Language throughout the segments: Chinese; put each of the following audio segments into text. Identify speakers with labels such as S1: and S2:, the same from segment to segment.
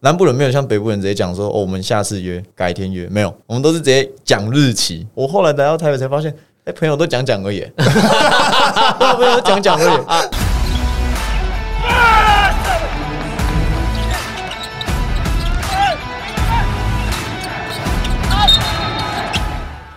S1: 南部人没有像北部人直接讲说哦，我们下次约，改天约，没有，我们都是直接讲日期。我后来来到台北才发现，哎、朋友都讲讲而已， 我朋友都讲讲而已。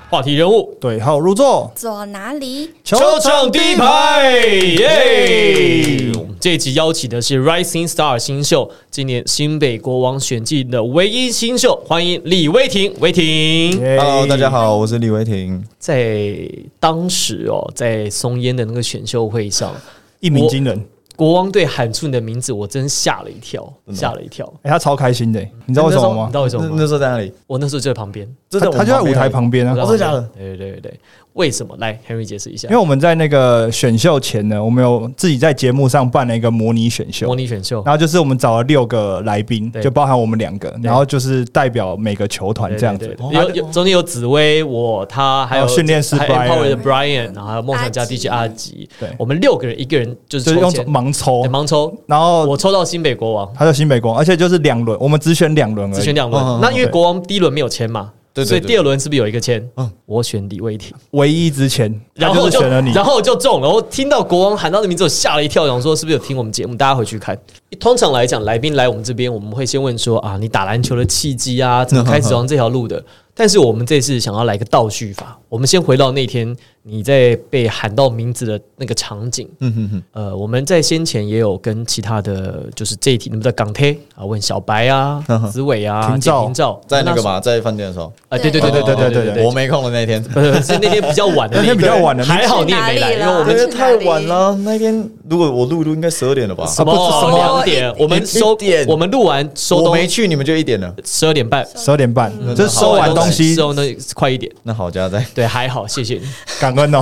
S2: 话题人物，
S3: 对号入座，
S4: 走哪里？
S3: 球
S2: 场第一排，耶！我们这一集邀请的是 Rising Star 新秀，今年新北国王选进的唯一新秀，欢迎李威霆，威霆。
S3: 耶
S1: Hello，大家好，我是李维婷。
S2: 在当时哦，在松烟的那个选秀会上，
S3: 一鸣惊人，
S2: 国王队喊出你的名字，我真吓了一跳，
S1: 真的吗
S2: 吓了一跳。
S3: 哎，他超开心的，你知道为什么
S2: 你
S3: 吗
S2: 知？道为什
S1: 那
S2: 么
S1: 那
S2: 吗？
S1: 时候在哪里？
S2: 我那时候就在旁边，
S1: 就
S3: 他
S1: 我
S3: 他就在舞台
S1: 边
S3: 旁边
S2: 我
S3: 啊
S2: 在，
S1: 哦真的假的
S2: 旁边对对对对，为什么？来，Henry 解释一下
S3: 因为。我们在那个选秀前呢，我们有自己在节目上办了一个模拟选秀
S2: 模，拟选秀，
S3: 然后就是我们找了六个来宾，
S2: 对
S3: 就包含我们两个，然后就是代表每个球团
S2: 对
S3: 这样
S2: 对
S3: 子。哦
S2: 对有有中间有紫薇，我他还有
S3: 还哦有训练师
S2: 还有
S3: Brian
S2: Empower 的 Brian，然后还有梦想家 DJ 阿吉，
S3: 对
S2: 我们六个人，一个人就是
S3: 就是
S2: 抽
S3: 用
S2: 签
S3: 盲哦抽
S2: 对，盲抽，
S3: 然后
S2: 我抽到新北国王，
S3: 还有新北光，而且就是两轮，我们只选两轮而
S2: 只选
S3: 已，
S2: 两
S1: 嗯嗯
S2: 轮
S1: 嗯。
S2: 那因为
S3: 对
S2: 国王第一轮没有签嘛，
S1: 对对
S2: 所以
S1: 对
S2: 第二轮是不是有一个签
S1: 嗯？
S2: 我选李威霆，
S3: 唯一之前，
S2: 然
S3: 他
S2: 后
S3: 就
S2: 我
S3: 是选了你，
S2: 然后我就中了。我听到国王喊到的名字，我吓了一跳，想说是不是有听我们节目？大家回去看。通常来讲，来宾来我们这边，我们会先问说啊，你打篮球的契机啊，怎么开始往这条路的？但是我们这次想要来个倒叙法，我们先回到那天你在被喊到名字的那个场景。
S1: 嗯哼哼，
S2: 呃，我们在先前也有跟其他的就是这一题，你们的港铁啊，问小白啊
S1: 嗯、哼
S2: 紫伟啊、
S3: 廷
S2: 简
S3: 照
S2: 廷照，
S1: 在那个
S2: 时候
S1: 嘛，在饭店的时候，
S2: 啊，对对对对对对对对对，
S1: 我没空的那天，
S2: 不是是那天比较晚的，
S3: 那天比较晚了
S2: 还好你也没来，
S4: 去哪里
S2: 因
S4: 啦
S2: 为我
S1: 那
S2: 们
S4: 去哪
S1: 天
S4: 里
S1: 太晚了。那天如果我录一录，应该十二点了吧？
S2: 什么
S3: 啊
S2: 什
S3: 不
S2: 么
S3: 是
S2: 两点，我们收
S1: 一点
S2: 我们录完收
S1: 我
S2: 东
S1: 没去，你们就一点了。
S2: 十二点半，
S3: 十二点半，就是收完东
S2: 嗯
S3: 西
S2: 之后呢快一点，
S1: 那好家在，
S2: 对，还好，谢谢你。
S3: 感恩哦。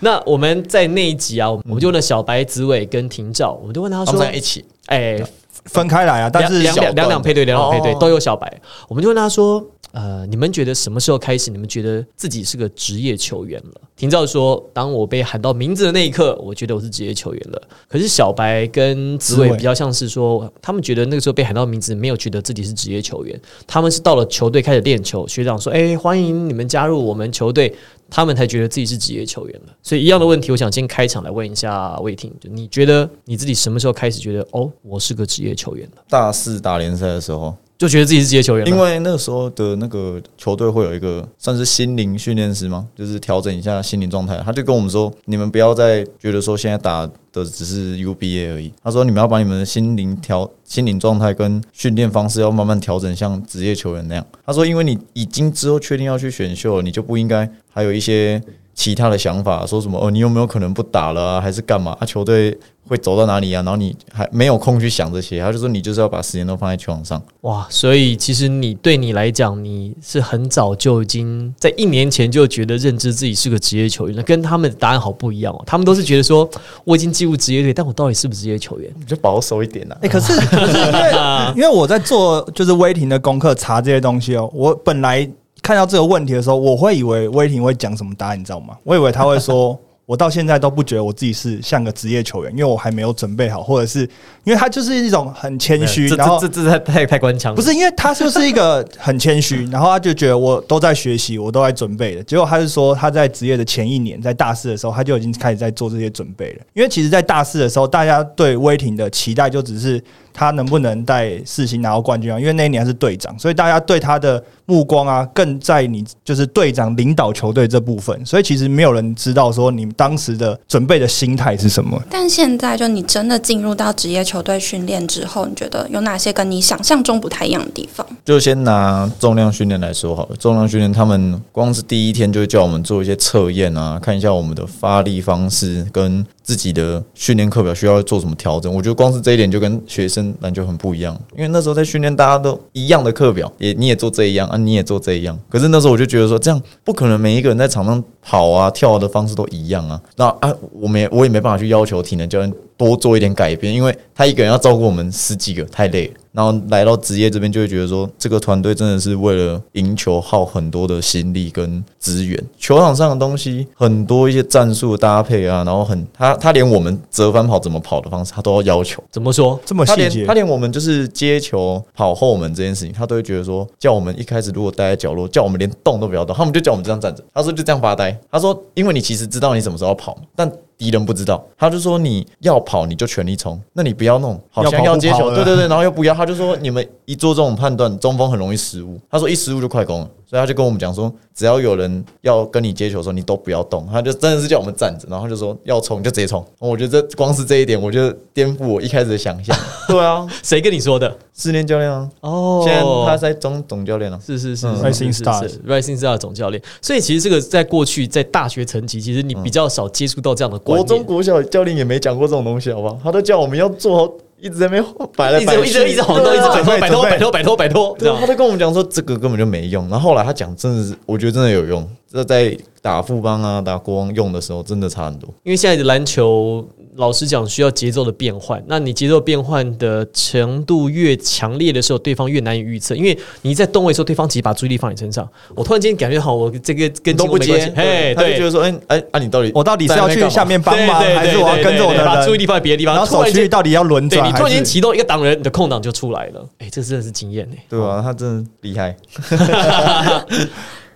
S2: 那我们在那一集啊，我们就问了小白、紫伟跟廷照，我们就问他
S1: 他们
S2: 说
S1: 俩一，起，
S2: 哎，
S3: 分开来啊，但是
S2: 两
S1: 小
S2: 两两
S1: 段
S2: 两配对，两两配对
S1: 哦
S2: 都有小白。我们就问他说：“呃，你们觉得什么时候开始，你们觉得自己是个职业球员了？”廷照说：“当我被喊到名字的那一刻，我觉得我是职业球员了。”可是小白跟紫伟
S3: 紫伟
S2: 比较像是说，他们觉得那个时候被喊到名字，没有觉得自己是职业球员，他们是到了球队开始练球，学长说：“哎、欢迎你们加入我们球队。”他们才觉得自己是职业球员了。所以一样的问题，我想先开场来问一下魏婷，就你觉得你自己什么时候开始觉得哦，我是个职业球员了？
S1: 大四打联赛的时候，
S2: 就觉得自己是职业球员了，
S1: 因为那个时候的那个球队会有一个算是心灵训练师吗？就是调整一下心灵状态。他就跟我们说，你们不要再觉得说现在打的只是 UBA 而已。他说你们要把你们的心灵调、心灵状态跟训练方式要慢慢调整，像职业球员那样。他说，因为你已经之后确定要去选秀了，你就不应该还有一些。其他的想法，说什么哦，你有没有可能不打了啊，还是干嘛？啊，球队会走到哪里啊？然后你还没有空去想这些，他就说你就是要把时间都放在球场上。
S2: 哇！所以其实你对你来讲，你是很早就已经在一年前就觉得认知自己是个职业球员了，跟他们的答案好不一样哦。他们都是觉得说我已经进入职业队，但我到底是不是职业球员？
S1: 比较保守一点啊啦、
S3: 哎、可是可是因为
S2: 啊
S3: 因为我在做就是威霆的功课查这些东西哦，我本来看到这个问题的时候，我会以为威霆会讲什么答案，你知道吗？我以为他会说。我到现在都不觉得我自己是像个职业球员，因为我还没有准备好，或者是因为他就是一种很谦虚，
S2: 这
S3: 然后
S2: 这这这太太官腔了，
S3: 不是因为他就是一个很谦虚， 然后他就觉得我都在学习，我都在准备了。结果他是说他在职业的前一年，在大四的时候，他就已经开始在做这些准备了。因为其实，在大四的时候，大家对威霆的期待就只是他能不能带世新拿到冠军啊？因为那一年他是队长，所以大家对他的目光啊，更在你就是队长领导球队这部分。所以其实没有人知道说你当时的准备的心态是什么。
S4: 但现在就你真的进入到职业球队训练之后，你觉得有哪些跟你想象中不太一样的地方？
S1: 就先拿重量训练来说好了，重量训练他们光是第一天就会叫我们做一些测验啊，看一下我们的发力方式跟自己的训练课表需要做什么调整。我觉得光是这一点就跟学生篮球很不一样，因为那时候在训练大家都一样的课表，也你也做这一样啊，你也做这一样。可是那时候我就觉得说，这样不可能每一个人在场上跑啊跳的方式都一样啊，那啊我们也我也没办法去要求体能教练。多做一点改变，因为他一个人要照顾我们十几个，太累了。然后来到职业这边，就会觉得说，这个团队真的是为了赢球耗很多的心力跟资源。球场上的东西很多一些战术搭配啊，然后很他他连我们折返跑怎么跑的方式，他都要要求。
S2: 怎么说？
S3: 这么
S1: 他
S3: 细
S1: 连
S3: 节
S1: 他，连我们就是接球跑后门这件事情，他都会觉得说，叫我们一开始如果待在角落，叫我们连动都不要动，他们就叫我们这样站着。他说就这样发呆。他说，因为你其实知道你什么时候要跑，但敌人不知道。他就说你要跑你就全力冲，那你不要弄，好
S3: 要
S1: 像
S3: 跑
S1: 要
S3: 不
S1: 接
S3: 跑
S1: 球，
S3: 了
S1: 对对对，然后又不要。他就说你们一做这种判断，中锋很容易失误。他说一失误就快攻了，所以他就跟我们讲说，只要有人要跟你接球的时候，你都不要动。他就真的是叫我们站着，然后他就说要冲就直接冲。我觉得这光是这一点，我就颠覆我一开始的想象。对啊，
S2: 谁跟你说的？
S1: 四年教练啊，
S2: 哦
S1: 现在他在总总教练啊。
S2: 是是是
S1: 嗯
S2: 是
S3: Rising
S2: 是
S3: Stars
S2: 是 Rising Star 总教练，所以其实这个在过去在大学层级，其实你比较少接触到这样的观
S1: 国中
S2: 念，
S1: 国小教练也没讲过这种东西，好不好？他都叫我们要做好，一直在那边摆来
S2: 一
S1: 摆
S2: 直
S1: 去，
S2: 一直一直晃动，一直摆
S1: 摆
S2: 脱
S3: 准备
S2: 摆脱摆
S3: 准备
S2: 脱摆脱摆脱，这
S1: 对啊，他
S2: 样
S1: 就跟我们讲说这个根本就没用。然后后来他讲，真的是我觉得真的有用，这在打副帮啊、打国王用的时候，真的差很多。
S2: 因为现在的篮球，老实讲需要节奏的变换。那你节奏变换的程度越强烈的时候，对方越难以预测。因为你在动位的时候，对方其实把注意力放你身上。我突然间感觉好，我这个跟
S1: 都不
S2: 进攻没
S1: 接
S2: 关，系嘿，
S1: 他就觉
S2: 对
S1: 得，说，哎哎啊，你到底
S3: 我到底是要去下面帮忙，
S2: 对对对
S3: 还是我要跟着我
S2: 对对对把
S3: 的
S2: 注意
S3: 人？
S2: 力放在别的地
S3: 然
S2: 方，
S3: 后
S2: 突
S3: 手
S2: 然
S3: 区
S2: 间。
S3: 到底要轮
S2: 对
S3: 转？
S2: 你突然
S3: 还
S2: 间
S3: 是
S2: 启动一个挡人，你的空档就出来了。哎、这真的是经验哎、
S1: 对
S3: 哦
S1: 吧、他真的厉害。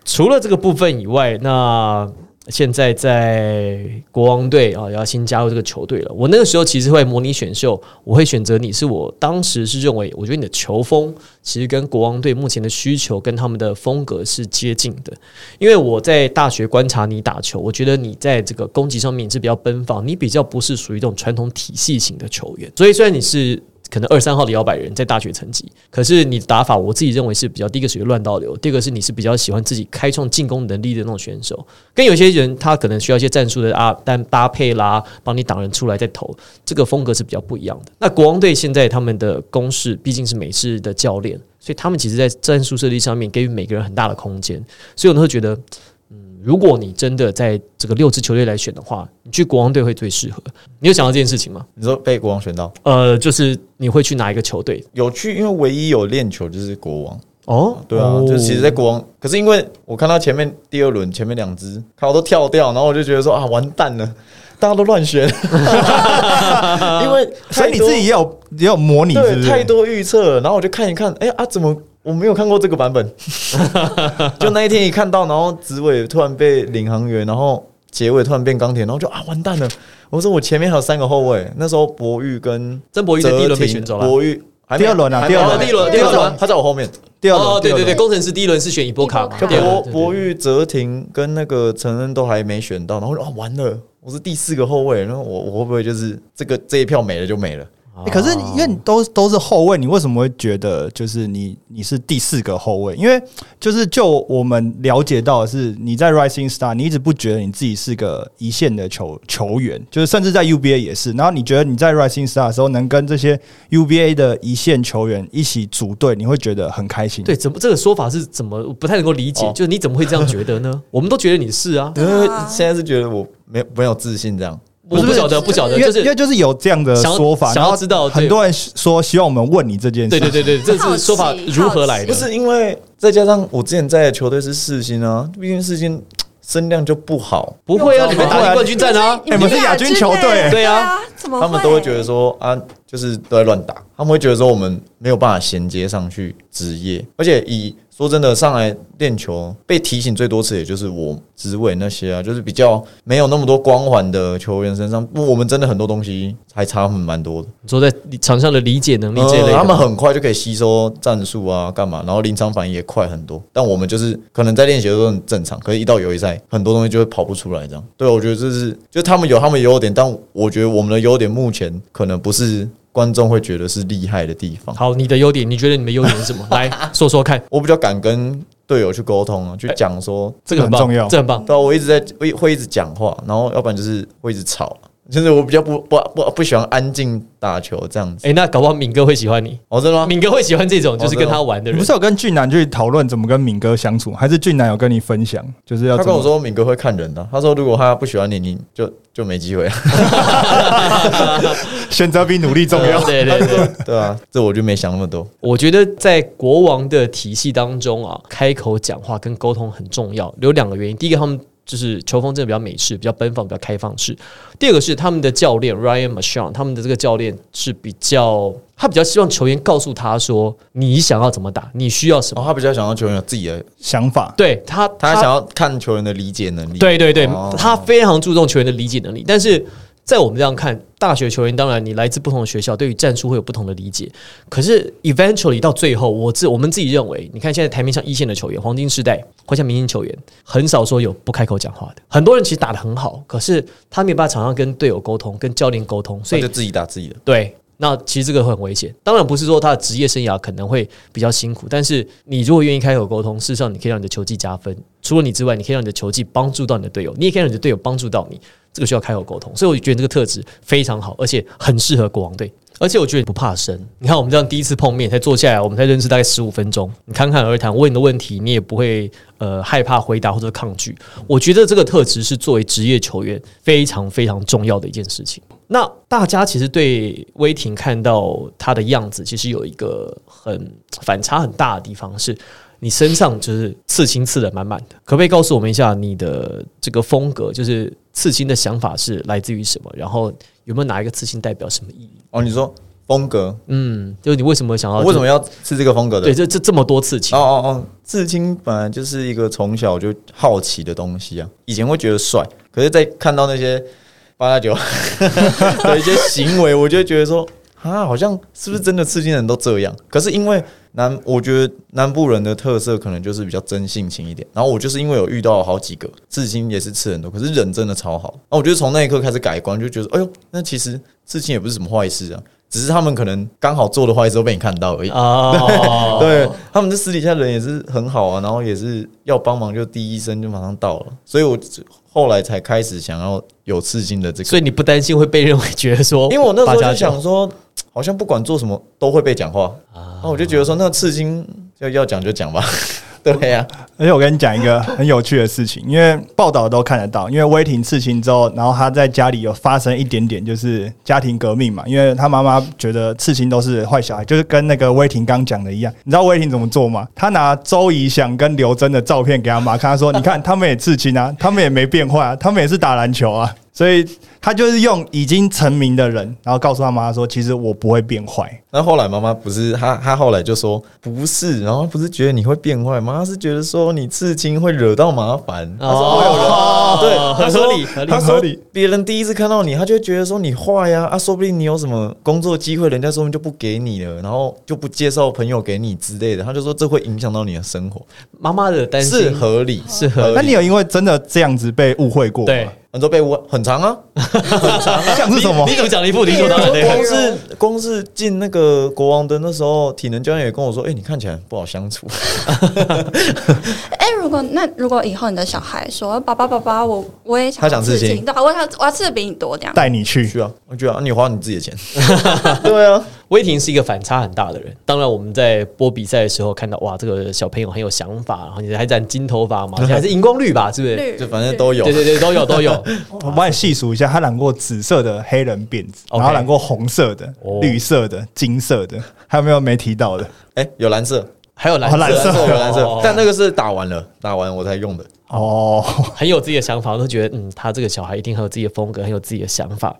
S2: 除了这个部分以外，那现在在国王队啊，也要新加入这个球队了。我那个时候其实会模拟选秀，我会选择你，是我当时是认为，我觉得你的球风其实跟国王队目前的需求跟他们的风格是接近的。因为我在大学观察你打球，我觉得你在这个攻击上面是比较奔放，你比较不是属于这种传统体系型的球员。所以虽然你是可能二三号的摇摆人，在大学层级，可是你的打法，我自己认为是比较第一个属于乱倒流，第二个是你是比较喜欢自己开创进攻能力的那种选手，跟有些人他可能需要一些战术的啊，但搭配啦，帮你挡人出来再投，这个风格是比较不一样的。那国王队现在他们的攻势毕竟是美式的教练，所以他们其实在战术设计上面给予每个人很大的空间，所以我们会觉得。嗯，如果你真的在这个六支球队来选的话，你去国王队会最适合。你有想到这件事情吗？
S1: 你说被国王选到
S2: 呃，就是你会去哪一个球队？
S1: 有趣，因为唯一有练球就是国王。
S2: 哦，
S1: 对啊，
S2: 哦
S1: 就其实，在国王，可是因为我看到前面第二轮前面两只，看我都跳掉，然后我就觉得说啊，完蛋了，大家都乱 选，因为
S3: 所以你自己也有也有模拟，
S1: 太多
S3: 是不
S1: 对
S3: 是
S1: 太多预测了，然后我就看一看，哎、啊，怎么我没有看过这个版 本？就那一天一看到，然后紫尾突然被领航员，然后结尾突然变钢铁，然后就啊，完蛋了！我说我前面还有三个后卫，那时候博玉跟
S2: 曾博玉在第一轮
S1: 哲
S2: 被
S1: 廷
S2: 选走了
S1: 博玉还没
S3: 第二轮啊
S1: 还没
S3: 第二
S2: 轮
S1: 还没
S2: 第一轮
S1: 第二
S2: 第二轮
S1: 轮他在我后面。
S3: 第二啊
S2: 哦，
S3: 轮，
S2: 对对对，
S3: 第二轮
S2: 工程师第一轮是选伊波卡嘛，
S4: 伊波卡
S2: 第二
S1: 博
S2: 轮
S1: 博，玉、哲廷跟那个陈恩都还没选到，然后我就啊完了，我是第四个后卫，然后我我会不会就是这个这一票没了就没了？
S3: 欸可是你因为你都都是后卫，你为什么会觉得就是你你是第四个后卫？因为就是就我们了解到的是你在 Rising Star，你一直不觉得你自己是个一线的球球员，就是甚至在 UBA 也是。然后你觉得你在 Rising Star 的时候能跟这些 UBA 的一线球员一起组队，你会觉得很开心。
S2: 对，怎么这个说法是怎么我不太能够理解？
S1: 哦
S2: 就是你怎么会这样觉得呢？我们都觉得你是啊，
S1: 因为现在是觉得我没有没有自信这样。
S2: 我不晓得，不晓得，
S3: 因为
S2: 就
S3: 因为
S2: 是
S3: 就是有这样的
S2: 想要
S3: 说法，
S2: 想要
S3: 然后
S2: 知道对
S3: 很多人说希望我们问你这件事，
S2: 对对对对，这
S4: 好
S2: 是
S4: 奇
S2: 说法如何来
S1: 不
S4: 对
S2: 的？
S1: 是因为再加上我之前在的球队是世新啊，毕竟世新声量就不好，
S2: 不会啊，
S1: 不
S2: 你
S1: 知道
S2: 们打进冠军战啊，
S4: 你
S3: 哎我们是亚军球队
S4: 欸
S2: 对啊，
S4: 怎么
S1: 他们都会觉得说啊，就是都在乱打，他们会觉得说我们没有办法衔接上去职业，而且以说真的上来练球被提醒最多次，也就是我职位那些啊，就是比较没有那么多光环的球员身上，我们真的很多东西还差很蛮多的。
S2: 你说在场上的理解能力这一
S1: 呃
S2: 类的，
S1: 他们很快就可以吸收战术啊，干嘛，然后临场反应也快很多。但我们就是可能在练习的时候很正常，可是一到友谊赛，很多东西就会跑不出来。这样，对我觉得这是，就他们有他们优点，但我觉得我们的优点目前可能不是观众会觉得是厉害的地方。
S2: 好。你的优点，你觉得你们优点是什么？来说说看，
S1: 我比较敢跟队友去沟通啊，去讲说，
S2: 这个
S3: 很
S2: 棒
S3: 重要
S2: 这很棒。
S1: 对啊、我一直在会会一直讲话，然后要不然就是会一直吵，就是我比较不不不不喜欢安静打球这样子。
S2: 哎、那搞不好敏哥会喜欢你，
S1: 哦，真的吗？
S2: 敏哥会喜欢这种就是
S1: 真的
S2: 跟
S1: 吗
S2: 他玩的
S3: 你
S2: 人
S3: 不。是有跟俊男去讨论怎么跟敏哥相处，还是俊男有跟你分享，就是要
S1: 他
S3: 怎
S1: 跟
S3: 么
S1: 我说敏哥会看人的、他说如果他不喜欢你，你就就没机会啊了。
S3: 选择比努力重要？
S2: 对对对，
S1: 对啊，这我就没想那么多。
S2: 我觉得在国王的体系当中啊，开口讲话跟沟通很重要，有两个原因。第一个，他们就是球风真的比较美式，比较奔放，比较开放式；第二个是他们的教练 Ryan m a s h a n 他们的这个教练是比较，他比较希望球员告诉他说你想要怎么打，你需要什么。
S1: 然哦后他比较想要球员有自己的，
S3: 想法
S2: 对他，
S1: 他想要看球员的理解能力。
S2: 对对对，
S1: 哦
S2: 他非常注重球员的理解能力，但是。在我们这样看，大学球员当然你来自不同的学校，对于战术会有不同的理解。可是 eventually 到最后，我自我们自己认为，你看现在台面上一线的球员，黄金时代或像明星球员，很少说有不开口讲话的。很多人其实打得很好，可是他没有办法场上跟队友沟通，跟教练沟通，所
S1: 他
S2: 以
S1: 就自己打自己的。
S2: 对，那其实这个会很危险。当然不是说他的职业生涯可能会比较辛苦，但是你如果愿意开口沟通，事实上你可以让你的球技加分。除了你之外，你可以让你的球技帮助到你的队友，你也可以让你的队友帮助到你。这个需要开口沟通，所以我觉得这个特质非常好，而且很适合国王队。而且我觉得你不怕生，你看我们这样第一次碰面才坐下来，我们才认识大概十五分钟，你侃侃而谈，问的问题你也不会呃害怕回答或者抗拒。我觉得这个特质是作为职业球员非常非常重要的一件事情。那大家其实对威霆看到他的样子，其实有一个很反差很大的地方是。你身上就是刺青刺的满满的，可不可以告诉我们一下你的这个风格？就是刺青的想法是来自于什么？然后有没有哪一个刺青代表什么意义？
S1: 哦，你说风格，
S2: 嗯，就是你为什么想要？
S1: 我为什么要是这个风格的
S2: 对？这这这么多刺青
S1: 哦？哦哦，刺青本来就是一个从小就好奇的东西啊，以前会觉得帅，可是，在看到那些八加九的一些行为，我就会觉得说。啊，好像是不是真的刺青的人都这样？可是因为南，我觉得南部人的特色可能就是比较真性情一点。然后我就是因为有遇到好几个刺青也是刺很多，可是人真的超好。然后我觉得从那一刻开始改观，就觉得哎呦，那其实刺青也不是什么坏事啊，只是他们可能刚好做的坏事都被你看到而已。
S2: 哦，
S1: 对，他们这私底下人也是很好啊，然后也是要帮忙就第一声就马上到了，所以我后来才开始想要有刺青的这个，哦
S2: 所以你不担心会被认为觉得说，
S1: 因为我那时候
S2: 八
S1: 就
S2: 加九
S1: 想说，好像不管做什么都会被讲话，然后我就觉得说那刺青要要讲就讲吧， 对啊呀、
S3: 而且我跟你讲一个很有趣的事情，因为报道都看得到，因为威霆刺青之后，然后他在家里有发生一点点就是家庭革命嘛，因为他妈妈觉得刺青都是坏小孩，就是跟那个威霆刚讲的一样。你知道威霆怎么做吗？他拿周怡翔跟刘真的照片给他妈看，他说：“你看他们也刺青啊，他们也没变坏啊，他们也是打篮球啊。”所以他就是用已经成名的人，然后告诉他妈说：“其实我不会变坏。”
S1: 那后来妈妈不是她，她后来就说不是，然后不是觉得你会变坏，妈妈是觉得说你刺青会惹到麻烦。她说
S2: 哦
S1: 会有人
S2: 哦
S1: 对，她说
S2: 合理合理
S1: 她
S3: 合
S1: 说
S3: 理
S1: 别人第一次看到你，他就会觉得说你坏呀，啊，说不定你有什么工作机会，人家说不定就不给你了，然后就不介绍朋友给你之类的。她就说这会影响到你的生活，
S2: 妈妈的担
S1: 是
S2: 心
S1: 合理，
S2: 是合
S1: 理
S3: 那你有因为真的这样子被误会过吗？
S2: 对，
S1: 很多被问很长啊，
S3: 像是什么？
S2: 你怎么讲了一副理所当然的样
S1: 光
S2: 子？
S1: 是光是进那个国王的那时候，体能教练也跟我说，哎、你看起来不好相处。
S4: 哎、如果那如果以后你的小孩说“爸爸，爸爸，我我也想
S1: 他
S4: 要
S1: 想
S4: 刺
S1: 刺青
S4: 青，对啊，我想我要刺的比你多这样。
S3: 带你去
S1: 去啊，我去啊，你花你自己的钱。 对啊，
S2: 威霆是一个反差很大的人。当然，我们在播比赛的时候看到，哇，这个小朋友很有想法，然后你还染金头发嘛，而且还是荧光绿吧，是不是？
S4: 绿
S1: 就反正都有
S2: 对。对对，都有都有。
S3: 我帮你细数一下，他染过紫色的黑人辫子，
S2: OK
S3: 然后染过红色的、
S2: 哦
S3: 绿色的、金色的，还有没有没提到的？
S1: 哎，有蓝色，
S2: 还有蓝色，
S3: 哦蓝色
S1: 有蓝色
S2: 哦，
S1: 但那个是打完了，打完我才用的。
S3: 哦，
S2: 很有自己的想法，我都觉得嗯，他这个小孩一定很有自己的风格，很有自己的想法。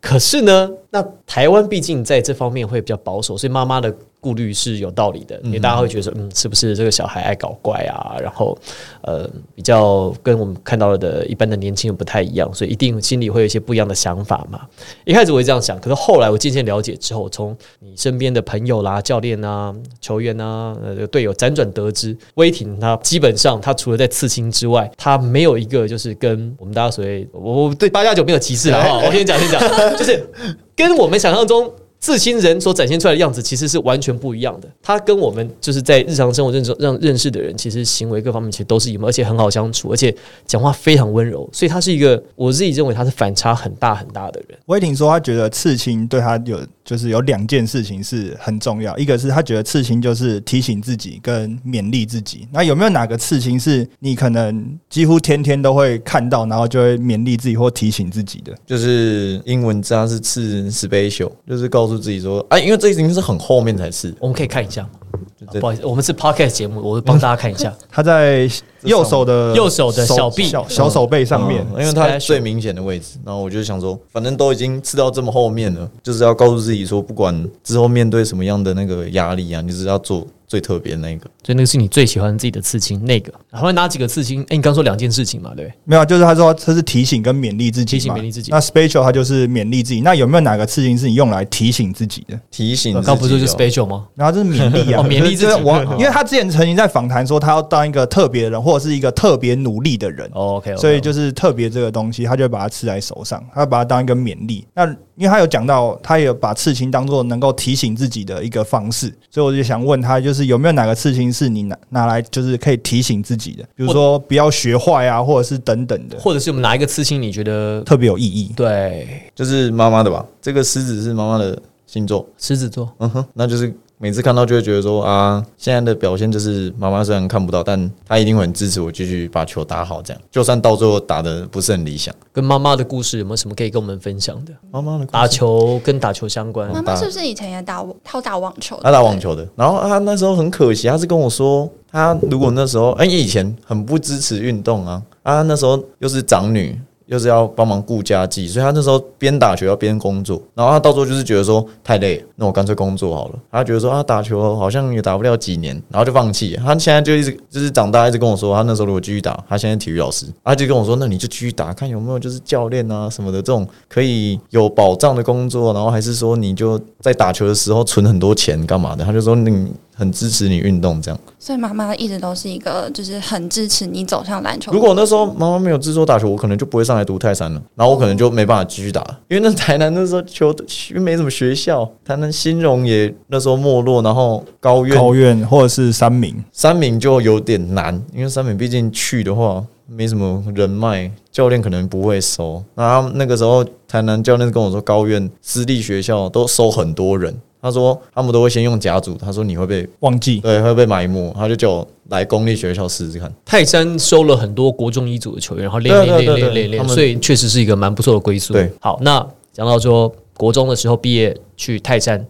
S2: 可是呢，那台湾毕竟在这方面会比较保守，所以妈妈的顾虑是有道理的，因为大家会觉得说，嗯，是不是这个小孩爱搞怪啊？然后，呃，比较跟我们看到的一般的年轻人不太一样，所以一定心里会有一些不一样的想法嘛。一开始我会这样想，可是后来我渐渐了解之后，从你身边的朋友啦、教练啊、球员啊、呃这个队友辗转得知，威霆他基本上他除了在刺青之外，他没有一个就是跟我们大家所谓我我对八加九没有歧视啦哈，我先讲先讲，就是跟我们想象中。刺青人所展现出来的样子其实是完全不一样的。他跟我们就是在日常生活认中让认识的人，其实行为各方面其实都是一模，而且很好相处，而且讲话非常温柔，所以他是一个我自己认为他是反差很大很大的人。
S3: 威霆说，他觉得刺青对他有就是有两件事情是很重要，一个是他觉得刺青就是提醒自己跟勉励自己。那有没有哪个刺青是你可能几乎天天都会看到，然后就会勉励自己或提醒自己的？
S1: 就是英文字它是刺 special，就是告诉自己说，哎、因为这已经是很后面才刺，
S2: 我们可以看一下吗？
S1: 就
S2: 啊
S1: 这
S2: 不好意思，我们是 podcast 节目，我帮大家看一下。
S3: 他在右手的
S2: 右手的小臂
S3: 小小手背上面
S1: 嗯，因为它
S2: special
S1: 最明显的位置。然后我就想说，反正都已经刺到这么后面了，就是要告诉自己说，不管之后面对什么样的那个压力啊，你就是要做最特别的那个。
S2: 所以那个是你最喜欢自己的刺青，那个，然后哪几个刺青？哎、你刚说两件事情嘛，对不对？
S3: 没有啊，就是他说他是提醒跟勉励自己
S2: 提
S3: 嘛，
S2: 醒勉励自己
S3: 那 special 他就是勉励自己。那有没有哪个刺青是你用来提醒自己的？
S1: 提醒自己哦，
S2: 刚呃不是就是 special 吗？
S3: 然后这是勉励啊，
S2: 哦勉励自己
S3: 就是我
S2: 嗯，
S3: 因为他之前曾经在访谈说，他要当一个特别的人，或者是一个特别努力的人，
S2: 哦，OK，, o k
S3: 所以就是特别这个东西，他就会把它刺在手上，他把它当一个勉励。那因为他有讲到，他也把刺青当做能够提醒自己的一个方式，所以我就想问他，就是有没有哪个刺青是你拿拿来就是可以提醒自己的，比如说不要学坏啊，或者是等等的，
S2: 或者是我们拿一个刺青，你觉得
S3: 特别有意义。
S2: 对？
S1: 就是妈妈的吧？这个狮子是妈妈的星座，
S2: 狮子座，
S1: 嗯哼，那就是每次看到就会觉得说啊，现在的表现就是妈妈虽然看不到，但她一定会很支持我继续把球打好，这样 就算到最后打的不是很理想，
S2: 跟妈妈的故事有没有什么可以跟我们分享的？
S1: 妈妈的
S2: 打球跟打球相关
S1: 嗯
S4: 妈
S1: 打
S4: 妈是不是以前也打网，她有打网球？
S1: 啊他打网。球的，然后他那时候很可惜，他是跟我说，他如果那时候，哎、以前很不支持运动啊，啊，那时候又是长女，又是要帮忙顾家计，所以他那时候边打球要边工作，然后他到最后就是觉得说太累了，那我干脆工作好了。他觉得说啊，打球好像也打不了几年，然后就放弃了。他现在就一直就是长大一直跟我说，他那时候如果继续打，他现在体育老师，他就跟我说，那你就继续打，看有没有就是教练啊什么的这种可以有保障的工作，然后还是说你就在打球的时候存很多钱干嘛的？他就说你很支持你运动这样。
S4: 所以妈妈一直都是一个，就是很支持你走向篮球。
S1: 如果那时候妈妈没有制作打球，我可能就不会上来读泰山了，然后我可能就没办法继续打了，因为那台南那时候球因为没什么学校，台南新荣也那时候没落，然后高院
S3: 高院或者是三明，
S1: 三明就有点难，因为三明毕竟去的话没什么人脉，教练可能不会收。那他那个时候台南教练跟我说，高院私立学校都收很多人，他说他们都会先用甲组，他说你会被
S3: 忘记
S1: 对会被埋没，他就叫我来公立学校试试看。
S2: 泰山收了很多国中一组的球员，然后练
S1: 对
S2: 练
S1: 对对
S2: 练练
S1: 对
S2: 练练，
S1: 他们
S2: 所以确实是一个蛮不错的归宿。
S1: 对，
S2: 好，那讲到说国中的时候毕业去泰山，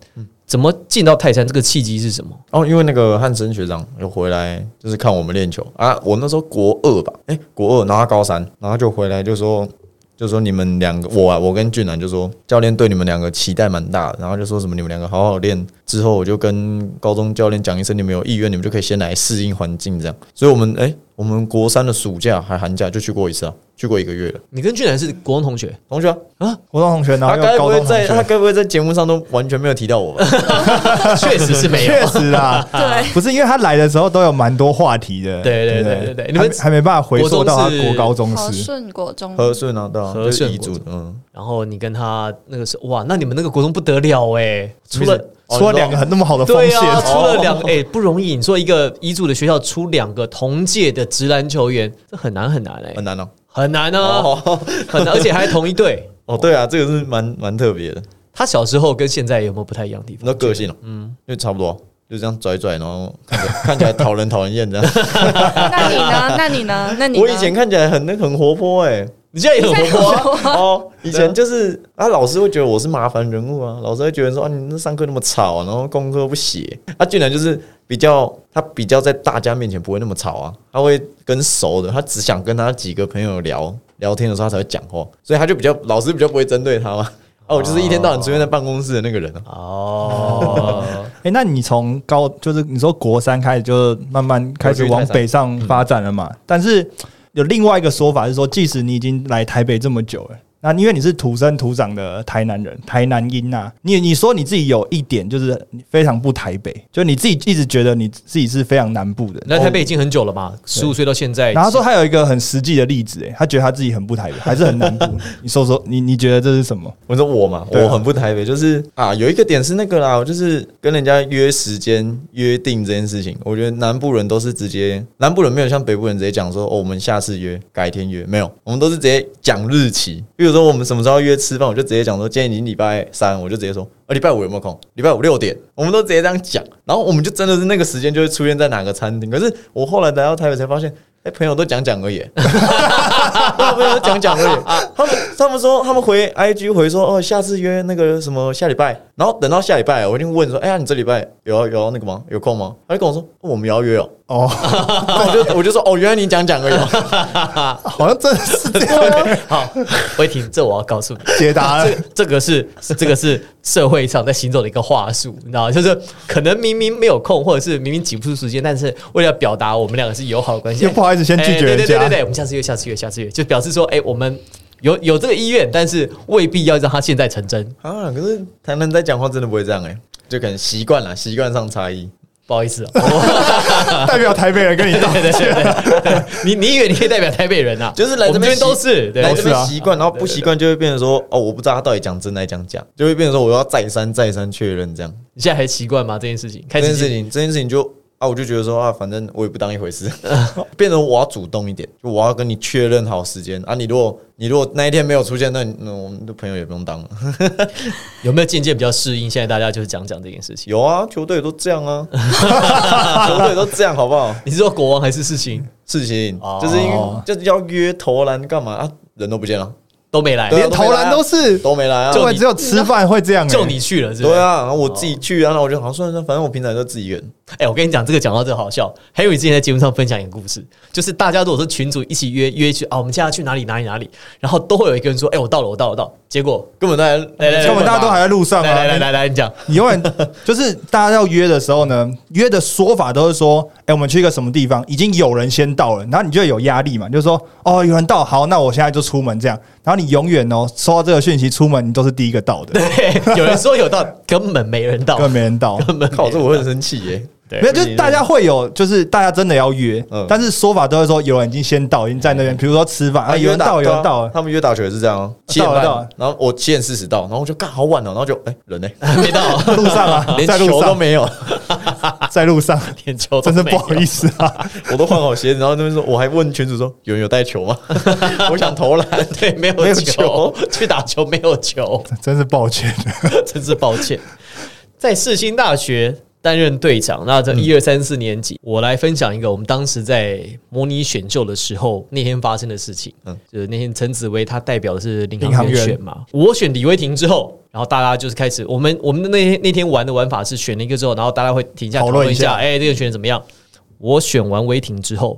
S2: 怎么进到泰山？这个契机是什么？
S1: 哦，因为那个汉森学长又回来，就是看我们练球啊。我那时候国二吧，哎、国二，然后他高三，然后他就回来就说，就说你们两个，我啊，我跟俊南就说，教练对你们两个期待蛮大的，然后就说什么你们两个好好练，之后我就跟高中教练讲一声，你们有意愿，你们就可以先来适应环境这样。所以我们哎、我们国三的暑假还寒假就去过一次啊，去过一个月了。
S2: 你跟俊男是国中同学，
S1: 同学啊、
S3: 国中同学，然
S1: 他
S3: 后又
S1: 该不
S3: 高
S1: 会
S3: 中同
S1: 在他
S3: 学，
S1: 该不会在节目上都完全没有提到我 吧？
S2: 确实是没有。
S3: 确实啦，
S4: 对，
S3: 不是因为他来的时候都有蛮多话题的，
S2: 对对
S3: 不
S2: 对对对你们
S3: 还还没办法回溯到他
S2: 国中是
S3: 国高中
S4: 好
S3: 时。
S4: 顺国中，
S1: 和顺
S3: 哦
S1: 啊，对啊，
S2: 和顺
S1: 就是乙组的，嗯，
S2: 然后你跟他那个时候，哇，那你们那个国中不得了哎、出了。
S1: 哦
S3: 除了两个很那么好的锋
S2: 对
S3: 线，
S2: 啊，出了 两哎、不容易。你说一个乙组的学校出两个同届的直男球员，这很难很难哎、
S1: 很难哦。
S2: 很难啊，
S1: 哦
S2: 很难，而且还同一队。
S1: 哦，对啊，这个是蛮蛮特别的，
S2: 他小时候跟现在有没有不太一样的地方？
S1: 那个性哦，嗯，就差不多，就这样拽拽，然后看起来看起来讨人讨人厌这样。
S4: 那你呢？那你呢？那你呢
S1: 我以 前看起来很那个很活泼哎，
S2: 你现在也很活泼啊，
S1: 哦，以前就是啊，老师会觉得我是麻烦人物啊，老师会觉得说啊，你那上课那么吵，啊然后功课不写，啊，俊然就是比较他比较在大家面前不会那么吵啊，他会跟熟的，他只想跟他几个朋友聊聊天的时候他才会讲话，所以他就比较老师比较不会针对他嘛。哦，我就是一天到晚出现在办公室的那个人啊。
S2: 哦，
S3: 哎、那你从高就是你说国三开始就慢慢开始嗯往北上发展了嘛？但是有另外一个说法是说，即使你已经来台北这么久了，那因为你是土生土长的台南人，台南音呐、你你说你自己有一点就是非常不台北，就你自己一直觉得你自己是非常南部的。哦
S2: 来台北已经很久了嘛，十五岁到现在。
S3: 然后他说他有一个很实际的例子，哎，他觉得他自己很不台 北，还是很南部。你说说，你你觉得这是什么？
S1: 我说我嘛，
S3: 对啊
S1: 我很不台北，就是啊，有一个点是那个啦，我就是跟人家约时间约定这件事情，我觉得南部人都是直接，南部人没有像北部人直接讲说哦，我们下次约，改天约，没有，我们都是直接讲日期，比如说我们什么时候要约吃饭，我就直接讲说今天已经礼拜三，我就直接说。呃，礼拜五有没有空？礼拜五六点，我们都直接这样讲，然后我们就真的是那个时间就会出现在哪个餐厅。可是我后来来到台北才发现，哎、朋友都讲讲而已，他们没有讲讲而已。他们他们说他们回 IG 回说哦，下次约那个什么下礼拜，然后等到下礼拜，我一定问说，哎、呀，你这礼拜有要有要那个吗？有空吗？他就跟我说、哦我们也要约哦，
S3: 哦，
S1: 然后我就我就说哦，原来你讲讲而已哦。
S3: 好像真的是这样
S2: 好，威霆，这我要告诉你，
S3: 解答了
S2: 这。这个是这个是社会上在行走的一个话术，你知道吗？就是可能明明没有空，或者是明明挤不出时间，但是为了表达我们两个是友好的关系，
S3: 又不好意思先拒绝
S2: 哎对对对
S3: 人家
S2: 对对，我们下次约，下次约，下次约，就表示说，哎、我们有有这个意愿，但是未必要让它现在成真。
S1: 啊，可是台南在讲话真的不会这样哎、就可能习惯了，习惯上差异。
S2: 不好意思、哦，
S3: 代表台北人跟你道
S2: 对对对对对，你你以为你可以代表台北人啊？
S1: 就是来
S2: 我
S1: 这
S2: 们
S1: 边
S2: 边都是，对
S1: 来
S3: 都
S1: 这
S3: 是
S1: 边
S3: 啊
S1: 习惯，然后不习惯就会变成说哦，我不知道他到底讲真还讲假，就会变成说我要再三再三确认这样。
S2: 你现在还习惯吗？这件事情，
S1: 这
S2: 开
S1: 件
S2: 始
S1: 事情，这件事情就啊，我就觉得说啊，反正我也不当一回事， 变成我要主动一点，就我要跟你确认好时间啊。你如果你如果那一天没有出现，那你那我们的朋友也不用当了。
S2: 有没有渐渐比较适应？现在大家就是讲讲这件事情。
S1: 有啊，球队都这样啊， 球队都这样，好不好？
S2: 你是说国王还是事情
S1: 事情
S2: 哦
S1: 就是因为就是要约投篮干嘛啊？人都不见了，
S2: 都没来？
S1: 对啊
S3: 连投篮都是，
S1: 都没来啊。
S3: 就只有吃饭会这样、欸。
S2: 呃就你去了，是吧？
S1: 对啊，然后我自己去啊，然后我就好像算了算了，反正我平常就自己一个人。
S2: 哎、我跟你讲，这个讲到这个好笑。还有你之前在节目上分享一个故事，就是大家如果是群主一起约约去啊，我们现在去哪里哪里哪里，然后都会有一个人说，哎、我到了，我到了，我到了。结果，
S1: 根本大
S2: 来来
S1: 家
S2: 来
S3: 根本大家都还在路上啊！
S2: 来来来来来，你讲，
S3: 你永远 就是大家要约的时候呢，约的说法都是说，哎、我们去一个什么地方，已经有人先到了，然后你就有压力嘛，就说，哦，有人到，好，那我现在就出门这样。然后你永远哦，收到这个讯息，出门你都是第一个到的，
S2: 对，有人说有到，根本没人到
S3: 根，本没人到。
S2: 根本
S1: 靠，这我会很生气耶。
S2: 对
S3: 没有，就是大家会有，就是大家真的要约，
S1: 嗯
S3: 但是说法都是说有人已经先到，已经在那边，比如说吃饭啊，有人
S1: 约打
S3: 到，有
S1: 对
S3: 人
S1: 啊
S3: 到了，
S1: 他们约打球也是这样哦，七点
S3: 到了
S1: 半
S3: 到了，
S1: 然后我七点四十到，然后我就干好晚哦，然后就哎 人呢，
S2: 没到，
S3: 路上 啊，
S1: 连
S3: 在路
S1: 球都
S3: 上，
S1: 没有，
S3: 在路上，
S2: 连球 都
S3: 真
S2: 没
S3: 是
S2: 有
S3: 不好意思啊。
S1: 我都换好鞋子，然后那边说我还问群主说有人有带球吗？ 我想投篮，
S2: 对，没有
S1: 没有
S2: 球，去打球没有球，
S3: 真是抱歉。
S2: 真是抱歉。在世新大学担任队长，那这一二三四年级，我来分享一个我们当时在模拟选秀的时候那天发生的事情。嗯
S1: 嗯，
S2: 就是那天陈紫薇她代表的是领
S3: 领
S2: 航
S3: 航
S2: 员
S3: 员
S2: 选嘛，我选李威霆之后。然后大家就是开始，我们我们的那天那天玩的玩法是选了一个之后，然后大家会停下
S3: 讨
S2: 讨
S3: 论
S2: 论一
S3: 一下
S2: 下，哎，这个选的怎么样？我选完威霆之后，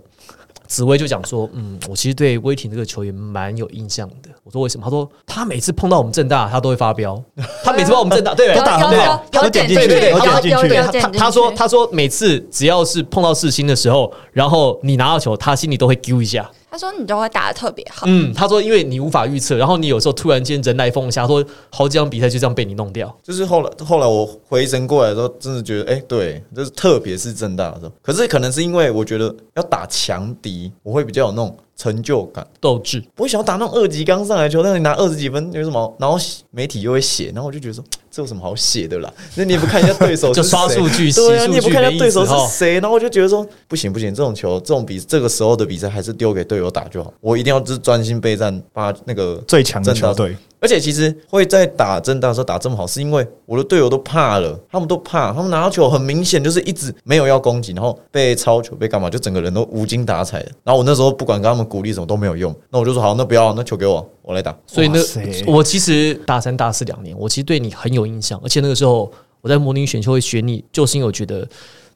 S2: 紫薇就讲说，嗯，我其实对威霆这个球员蛮有印象的。我说为什么？他说他每次碰到我们正大，他都会发飙。他每次碰到我们正大，对，
S3: 都打
S2: 对
S3: 很好
S2: 对
S3: 都点进去
S2: 对对对
S3: 都点进去
S2: 对
S3: 有
S2: 他他他说他说每次只要是碰到世新的时候，然后你拿到球，他心里都会揪一下。
S4: 他说你都会打的特别好，
S2: 嗯，他说因为你无法预测，然后你有时候突然间人来疯一下，他说好几场比赛就这样被你弄掉。
S1: 就是后来后来我回神过来的时候，真的觉得哎、对，就是特别是正大的时候，可是可能是因为我觉得要打强敌，我会比较有那种成就感。
S2: 斗志，
S1: 我会想要打那种二级刚上来的球，但是你拿二十几分有什么好？然后媒体又会写，然后我就觉得说这有什么好写的啦？那你也不看一下对手
S2: 就是刷
S1: 谁
S2: 数据
S1: 对
S2: 洗数
S1: 啊，
S2: 据
S1: 你也不看一
S2: 没
S1: 下
S2: 意
S1: 对手
S2: 思哦
S1: 是谁，然后我就觉得说不行不行，这种球这种比这个时候的比赛还是丢给队友打就好，我一定要就是专心备战，把那个
S3: 最强的
S1: 正大
S3: 球队，
S1: 而且其实会在打正大的时候打这么好，是因为我的队友都怕了，他们都怕，他们拿到球很明显就是一直没有要攻击，然后被抄球被干嘛，就整个人都无精打采的。然后我那时候不管跟他们鼓励什么都没有用，那我就说好，那不要，那球给我，我来打。
S2: 所以呢
S3: 哇塞，
S2: 我其实大三、大四两年，我其实对你很有印象，而且那个时候我在模拟选秀会选你，就是因为我觉得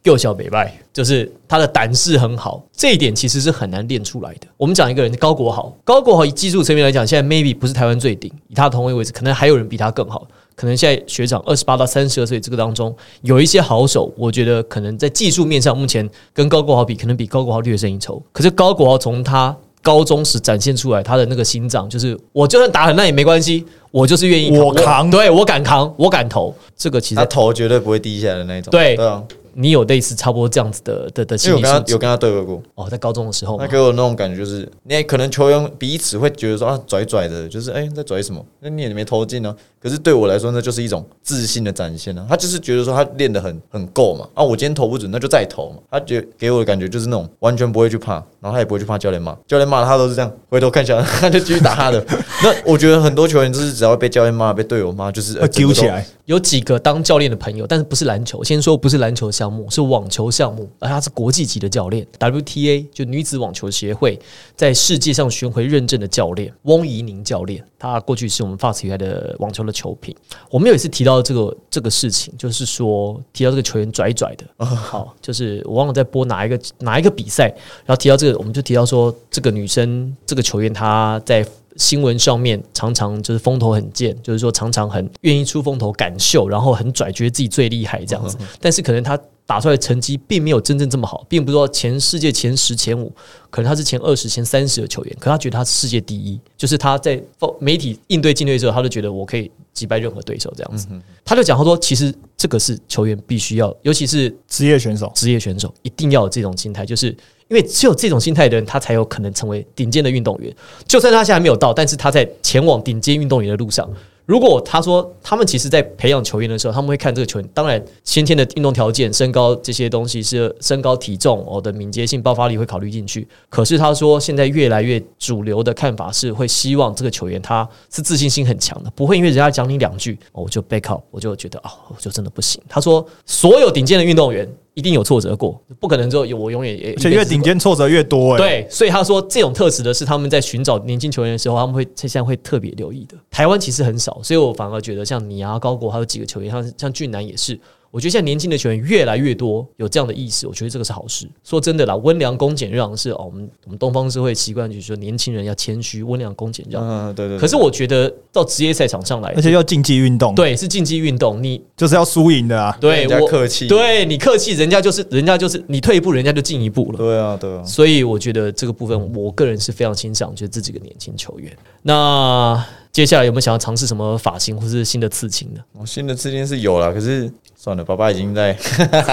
S2: 幼小北拜，就是他的胆识很好，这一点其实是很难练出来的。我们讲一个人高国豪，高国豪以技术层面来讲，现在 maybe 不是台湾最顶，以他的同位位置，可能还有人比他更好。可能现在学长二十八到三十二岁这个当中，有一些好手，我觉得可能在技术面上，目前跟高国豪比，可能比高国豪略胜一筹。可是高国豪从他高中时展现出来他的那个心脏，就是我就算打很烂也没关系，我就是愿意
S3: 我扛
S2: 对我敢扛，我敢投。这个其
S1: 他
S2: 实
S1: 头绝对不会低下来的那一种。
S2: 对
S1: 对啊，
S2: 你有类似差不多这样子的的的
S1: 因为我
S2: 心理
S1: 跟他
S2: 素
S1: 有
S2: 质
S1: 跟他对过过，
S2: 哦，在高中的时候嘛
S1: 他，给我那种感觉就是，你也可能球员彼此会觉得说啊拽拽的，就是哎、在拽什么？那你也没投进啊。可是对我来说，那就是一种自信的展现啊。他就是觉得说他练得很很够嘛，啊我今天投不准，那就再投嘛。他觉给我的感觉就是那种完全不会去怕，然后他也不会去怕教练骂，教练骂他都是这样回头看一下， 他就继续打他的。那我觉得很多球员就是只要被教练骂、被队友骂，就是呃
S3: 会丢起来，
S2: 有几个当教练的朋友，但是不是篮球。先说不是篮球项目，是网球项目，而他是国际级的教练，WTA 就女子网球协会在世界上巡回认证的教练翁怡宁教练，他过去是我们 FAST 台的网球的球评。我们有一次提到这个这个事情，就是说提到这个球员拽拽的，好，就是我忘了在播哪一个哪一个比赛，然后提到这个，我们就提到说这个女生这个球员她在新闻上面常常就是风头很健，就是说常常很愿意出风头赶秀，然后很拽，觉得自己最厉害这样子。但是可能他打出来的成绩并没有真正这么好，并不是说前世界前十、前五，可能他是前二十、前三十的球员，可他觉得他是世界第一，就是他在媒体应对进退的时候，他就觉得我可以击败任何对手这样子。他就讲他说，其实这个是球员必须要，尤其是
S3: 职业选手。
S2: 职业选手一定要有这种心态，就是因为只有这种心态的人，他才有可能成为顶尖的运动员。就算他现在还没有到，但是他在前往顶尖运动员的路上。如果他说他们其实，在培养球员的时候，他们会看这个球员，当然先天的运动条件、身高这些东西是身高、体重哦的敏捷性、爆发力会考虑进去。可是他说，现在越来越主流的看法是，会希望这个球员他是自信心很强的，不会因为人家讲你两句，哦我就背靠，我就觉得哦，我就真的不行。他说，所有顶尖的运动员一定有挫折过，不可能说有我永远也
S3: 而且越顶。尖挫折越多、欸，，
S2: 对，所以他说这种特质的是他们在寻找年轻球员的时候，他们会现在会特别留意的。台湾其实很少，所以我反而觉得像你啊、高国还有几个球员，像像俊男也是。我觉得现在年轻的球员越来越多有这样的意识，我觉得这个是好事。说真的啦，温良恭俭让是哦，我们我们东方社会习惯就是说年轻人要谦虚、温良恭俭让。
S1: 嗯，对对
S2: 可是我觉得到职业赛场上来，
S3: 而且又竞技运动，，
S2: 对是竞技运动，你
S3: 就是要输赢的啊。
S2: 对
S1: 人家
S2: 我
S1: 客气
S2: 对你客气，人家就是人家就是你退一步，人家就进一步了。
S1: 对啊对啊，
S2: 所以我觉得这个部
S1: 嗯
S2: 分，我个人是非常欣赏，就是这几个年轻球员。那接下来有没有想要尝试什么发型或是新的刺青呢？
S1: 我哦新的刺青是有了，可是算了，爸爸已经在，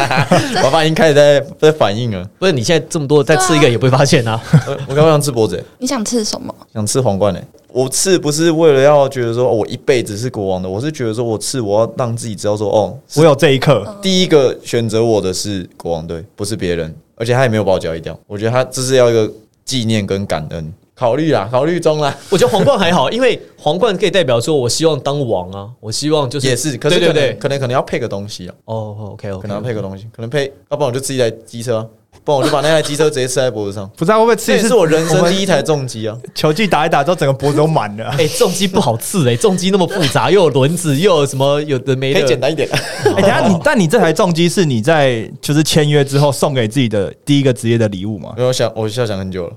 S1: 爸爸已经开始在在反应了。
S2: 不是，你现在这么多再刺一个也不会发现 啊。
S1: 我我刚刚想吃脖子欸、
S4: 你想吃什么？
S1: 想吃皇冠诶、欸我刺不是为了要觉得说哦我一辈子是国王的，我是觉得说我刺我要让自己知道说哦，
S3: 我有这一刻，。
S1: 第一个选择我的是国王队，不是别人，而且他也没有把我交易掉。我觉得他这是要一个纪念跟感恩，考虑啦，考虑中啦。
S2: 我觉得皇冠还好，因为皇冠可以代表说我希望当王啊，我希望就是
S1: 也是，可是可
S2: 对
S1: 能
S2: 对对，
S1: 可能可能要配个东西啊，
S2: 哦，OK OK，
S1: 可能要配个东西，可能配，要不然我就自己台机车、啊，不然我就把那台机车直接刺在脖子上
S3: 不知道会不会吃
S1: 这
S3: 一
S1: 也
S3: 次？
S1: 是我人生第
S3: 一
S1: 一台重机啊！
S3: 球技打一打之后，整个脖子都 满了。
S2: 哎、重击不好刺哎、重击那么复杂，又有轮子，又有什么有的没
S1: 可以简
S2: 的，
S1: 单一 点。
S3: 哎、等一下你，但你这台重机是你在就是签约之后送给自己的第一个职业的礼物 吗？
S1: 因为我想，我想想很久了，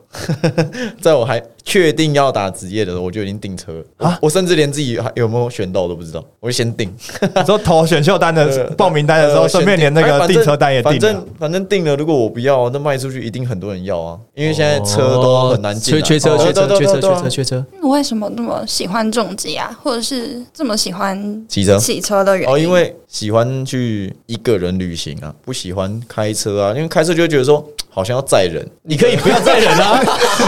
S1: 在我还确定要打职业的时候，我就已经订车了
S3: 啊
S1: 我甚至连自己还有没有选到我都不知道，我就先订。
S3: 你说投选秀单
S1: 对
S3: 的
S1: 对
S3: 报名单的时
S1: 呃
S3: 候，顺便连那
S1: 哎
S3: 个
S1: 反正
S3: 订车单也订啊
S1: 反
S3: 了
S1: 正。反正订了，如果我不要，那卖出去一定很多人要啊，因为现在车都很难进
S2: 缺
S1: 来，哦
S2: 缺哦车
S1: 对
S2: 缺车缺车
S1: 对对
S2: 缺。车
S1: 对对
S2: 缺车，
S4: 你为什么那么喜欢重机啊？或者是这么喜欢
S1: 骑车
S4: 骑车的原因？
S1: 哦，因为喜欢去一个人旅行啊，不喜欢开车啊，因为开车就会觉得说好像要载人，
S2: 你可以不要再忍啊，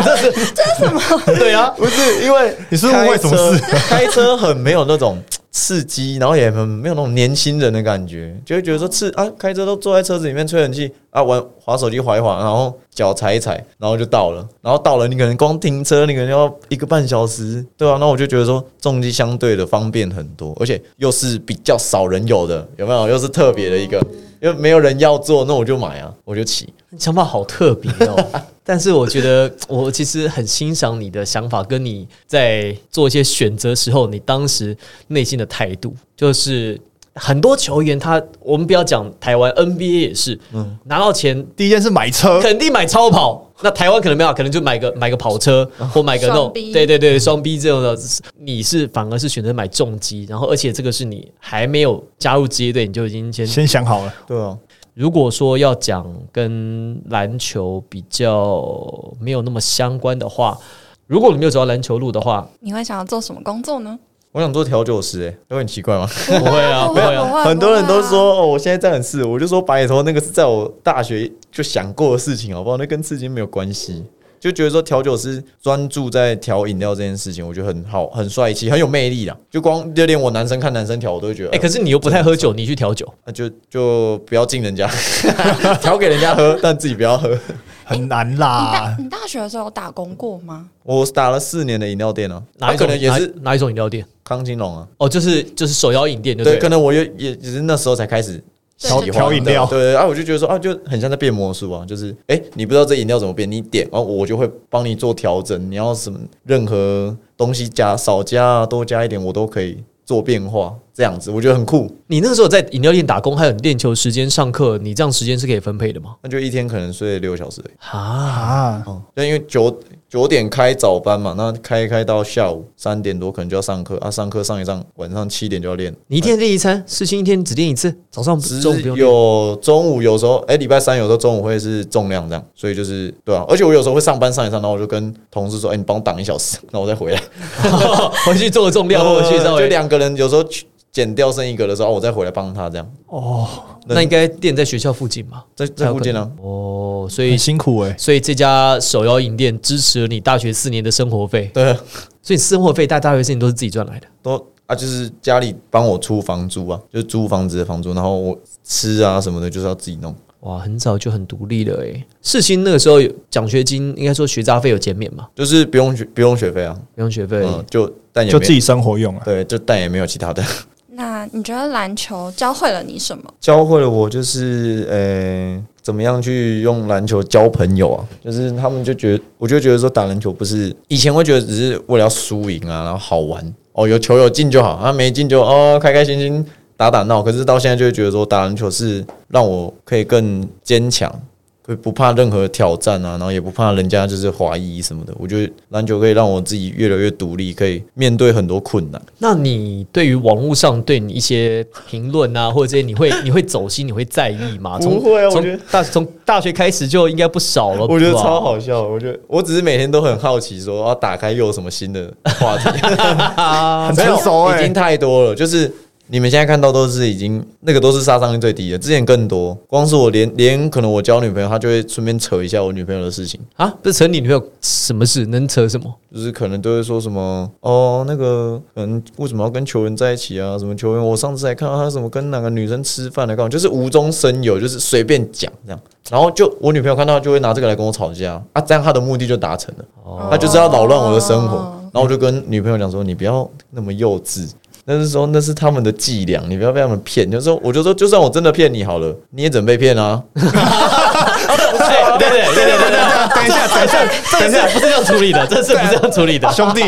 S2: 这是这是什么？对啊，
S1: 不是因为
S3: 你是不是误会什 么事
S1: 开车？开车很没有那种刺激，然后也很没有那种年轻人的感觉，就会觉得说刺啊，开车都坐在车子里面吹冷气啊，玩滑手机滑一滑，然后脚踩一踩，然后就到了，然后到了你可能光停车你可能要一个半小时，对啊，那我就觉得说重机相对的方便很多，而且又是比较少人有的，有没有？又是特别的一个，因为没有人要做，那我就买啊，我就骑。
S2: 想法好特别哦。 但是我觉得，我其实很欣赏你的想法，跟你在做一些选择时候，你当时内心的态度，就是很多球员他，我们不要讲台湾 NBA 也是，拿到钱
S3: 第一件是买车，
S2: 肯定买超跑。那台湾可能没有，可能就买个买个跑车或买个那种
S4: 双 B
S2: 对对对双 B 这种的，你是反而是选择买重机，然后而且这个是你还没有加入职业队你就已经先
S3: 先想好了。
S1: 对啊，
S2: 如果说要讲跟篮球比较没有那么相关的话，如果你没有走到篮球路的话，
S4: 你会想要做什么工作呢？
S1: 我想做调酒师、欸，哎，都很奇怪吗？
S2: 不会啊，不
S4: 不会
S2: 会啊。
S4: 不会
S1: 很多人都
S4: 不会啊
S1: 说哦，我现在在很刺，我就说白野头那个是在我大学就想过的事情，好不好？那跟刺激没有关系，就觉得说调酒师专注在调饮料这件事情，我觉得很好，很帅气，很有魅力啦。就光就连我男生看男生调，我都会觉得，
S2: 哎、可是你又不太喝酒，你去调酒，
S1: 啊就就不要敬人 家，调给人家喝，但自己不要喝。
S3: 很难
S4: 你大
S3: 啦。
S4: 你大学的时候有打工过吗？
S1: 我打了四年的饮料店啊，
S2: 哪
S1: 他
S2: 一
S1: 可
S2: 种
S1: 能也是
S2: 哪哪一种饮料店？
S1: 康金龙啊，
S2: 哦，就是就是手摇饮店就
S1: 对，
S2: 对
S1: 可
S2: 了，
S1: 能我也也也是那时候才开始
S4: 对
S1: 喜欢的。
S4: 就是
S3: 调饮料
S1: 对对，啊，我就觉得说啊，就很像在变魔术啊，就是哎、诶你不知道这饮料怎么变，你点，然后我就会帮你做调整，你要什么任何东西加少加啊，多加一点，我都可以做变化，这样子我觉得很酷。
S2: 你那个时候在饮料店打工，还有你练球时间、上课，你这样时间是可以分配的吗？
S1: 那就一天可能睡六个小时而已，
S2: 啊，
S3: 啊，
S1: 哦，那因为九九点开早班嘛，那开一开到下午三点多可能就要上课啊，上课上一上，晚上七点就要练，
S2: 你一天练一餐，事情一天只练一次，早上
S1: 只
S2: 中午不用练。
S1: 有中午有时候，哎、礼拜三有时候中午会是重量这样，所以就是对啊，而且我有时候会上班上一上，然后我就跟同事说，哎、你帮我挡一小时， 那我再回 来，
S2: 回去做个重量，或者去稍
S1: 哦就
S2: 微。
S1: 两个人有时候去减掉剩一个的时候，哦我再回来帮他这样，哦
S2: 那应该店在学校附近嘛？
S1: 这
S2: 才
S1: 这
S2: 有
S1: 附近啊
S2: 可，能哦，所以
S3: 很辛苦哎。
S2: 所以这家手摇饮店支持了你大学四年的生活 费，
S1: 对啊，
S2: 所以你生活费大大学四年都是自己赚来的。
S1: 都啊就是家里帮我出房租啊，就是租房子的房租，然后我吃啊什么的，就是要自己弄。
S2: 哇，很早就很独立了诶。世新那个时候有奖学金，应该说学杂费有减免嘛，
S1: 就是不用学不用学费啊，
S2: 不用学费。
S1: 嗯，就但也
S3: 就
S1: 没
S3: 自己生活用啊，
S1: 对，就但也没有其他的。
S4: 那你觉得篮球教会了你什么？
S1: 教会了我就是呃、怎么样去用篮球交朋友啊？就是他们就觉得，我就觉得说打篮球不是以前会觉得只是为了要输赢啊，然后好玩哦，有球有进就好，啊没进就哦开开心心打打闹。可是到现在就会觉得说打篮球是让我可以更坚强。会不怕任何挑战啊，然后也不怕人家就是怀疑什么的。我觉得篮球可以让我自己越来越独立，可以面对很多困难。
S2: 那你对于网络上对你一些评论啊，或者这些，你会你会走心，你会在意吗？从
S1: 不会啊我觉
S2: 从
S1: 得
S2: 大从大学开始就应该不少了吧。
S1: 我觉得超好笑，我觉得我只是每天都很好奇说，要打开又有什么新的话题，
S3: 很
S1: 啊没有
S3: 成熟
S1: 已
S3: 哎
S1: 经。太多了，就是。你们现在看到都是已经那个都是杀伤力最低的，之前更多。光是我连连可能我交女朋友，她就会顺便扯一下我女朋友的事情，
S2: 啊！不是扯你女朋友什么事，能扯什么？
S1: 就是可能都会说什么哦，那个可能为什么要跟球员在一起啊？什么球员？我上次还看到他什么跟哪个女生吃饭的，干嘛？就是无中生有，就是随便讲这样。然后就我女朋友看到就会拿这个来跟我吵架啊，这样她的目的就达成了。
S3: 哦
S1: 他就是要扰乱我的生活。
S4: 哦
S1: 然后我就跟女朋友讲说：“你不要那么幼稚。”那是说那是他们的伎俩，你不要被他们骗。就是说，我就说，就算我真的骗你好了，你也准备骗啊。
S2: 对对对对对对，
S3: 等一下，等一下，
S2: 这是不是这样处理的，这是不是这样处理的？
S3: 兄弟，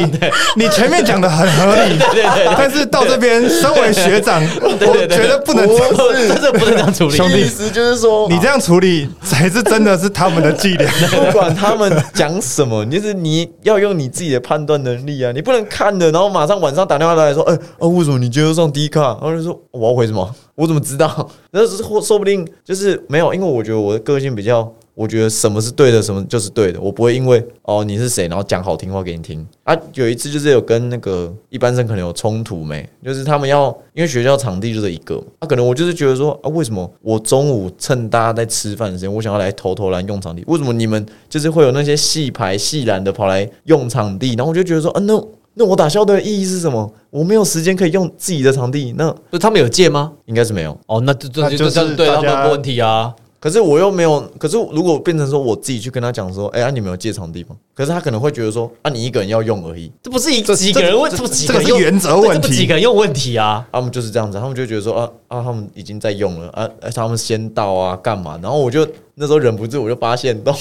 S3: 你前面讲的很合理，
S2: 对对对，
S3: 但是到这边，身为学长，我
S2: 对对对
S3: 觉得不能这样。
S2: 对这这不是这样处理的。
S3: 兄弟
S1: 意思 就是说，
S3: 你这样处理才是真的是他们的伎俩。
S1: 不管他们讲什么，就是你要用你自己的判断能力啊，你不能看了，然后马上晚上打电话来说，哎、啊，为什么你今天上低卡？然后就说我要回什么？我怎么知道？ 那是或说不定就是没有，因为我觉得我的个性比较，我觉得什么是对的，什么就是对的，我不会因为哦你是谁，然后讲好听话给你听啊。有一次就是有跟那个一般生可能有冲突没，就是他们要因为学校场地就这一个嘛，啊，可能我就是觉得说啊，为什么我中午趁大家在吃饭的时间，我想要来偷偷来用场地，为什么你们就是会有那些戏牌戏篮的跑来用场地，然后我就觉得说啊，那那我打校队的意义是什么？我没有时间可以用自己的场地，那
S2: 不是他们有借吗？
S1: 应该是没有。
S2: 哦，那就这
S3: 那
S2: 就
S3: 就是
S2: 这样对
S3: 大
S2: 他
S3: 家
S2: 们有问题啊。
S1: 可是我又没有，可是如果变成说我自己去跟他讲说，哎、呀、你们有借场地吗？可是他可能会觉得说，啊，你一个人要用而已，
S2: 这不是一几个人问，这不几
S3: 这
S2: 个
S3: 个
S2: 人
S3: 是
S2: 用
S3: 原则
S2: 对
S3: 问
S2: 这不几
S3: 题
S2: 个。人用问题啊。
S1: 他们就是这样子，他们就觉得说，啊啊，他们已经在用了，啊，啊他们先到啊，干嘛？然后我就那时候忍不住，我就发现 动，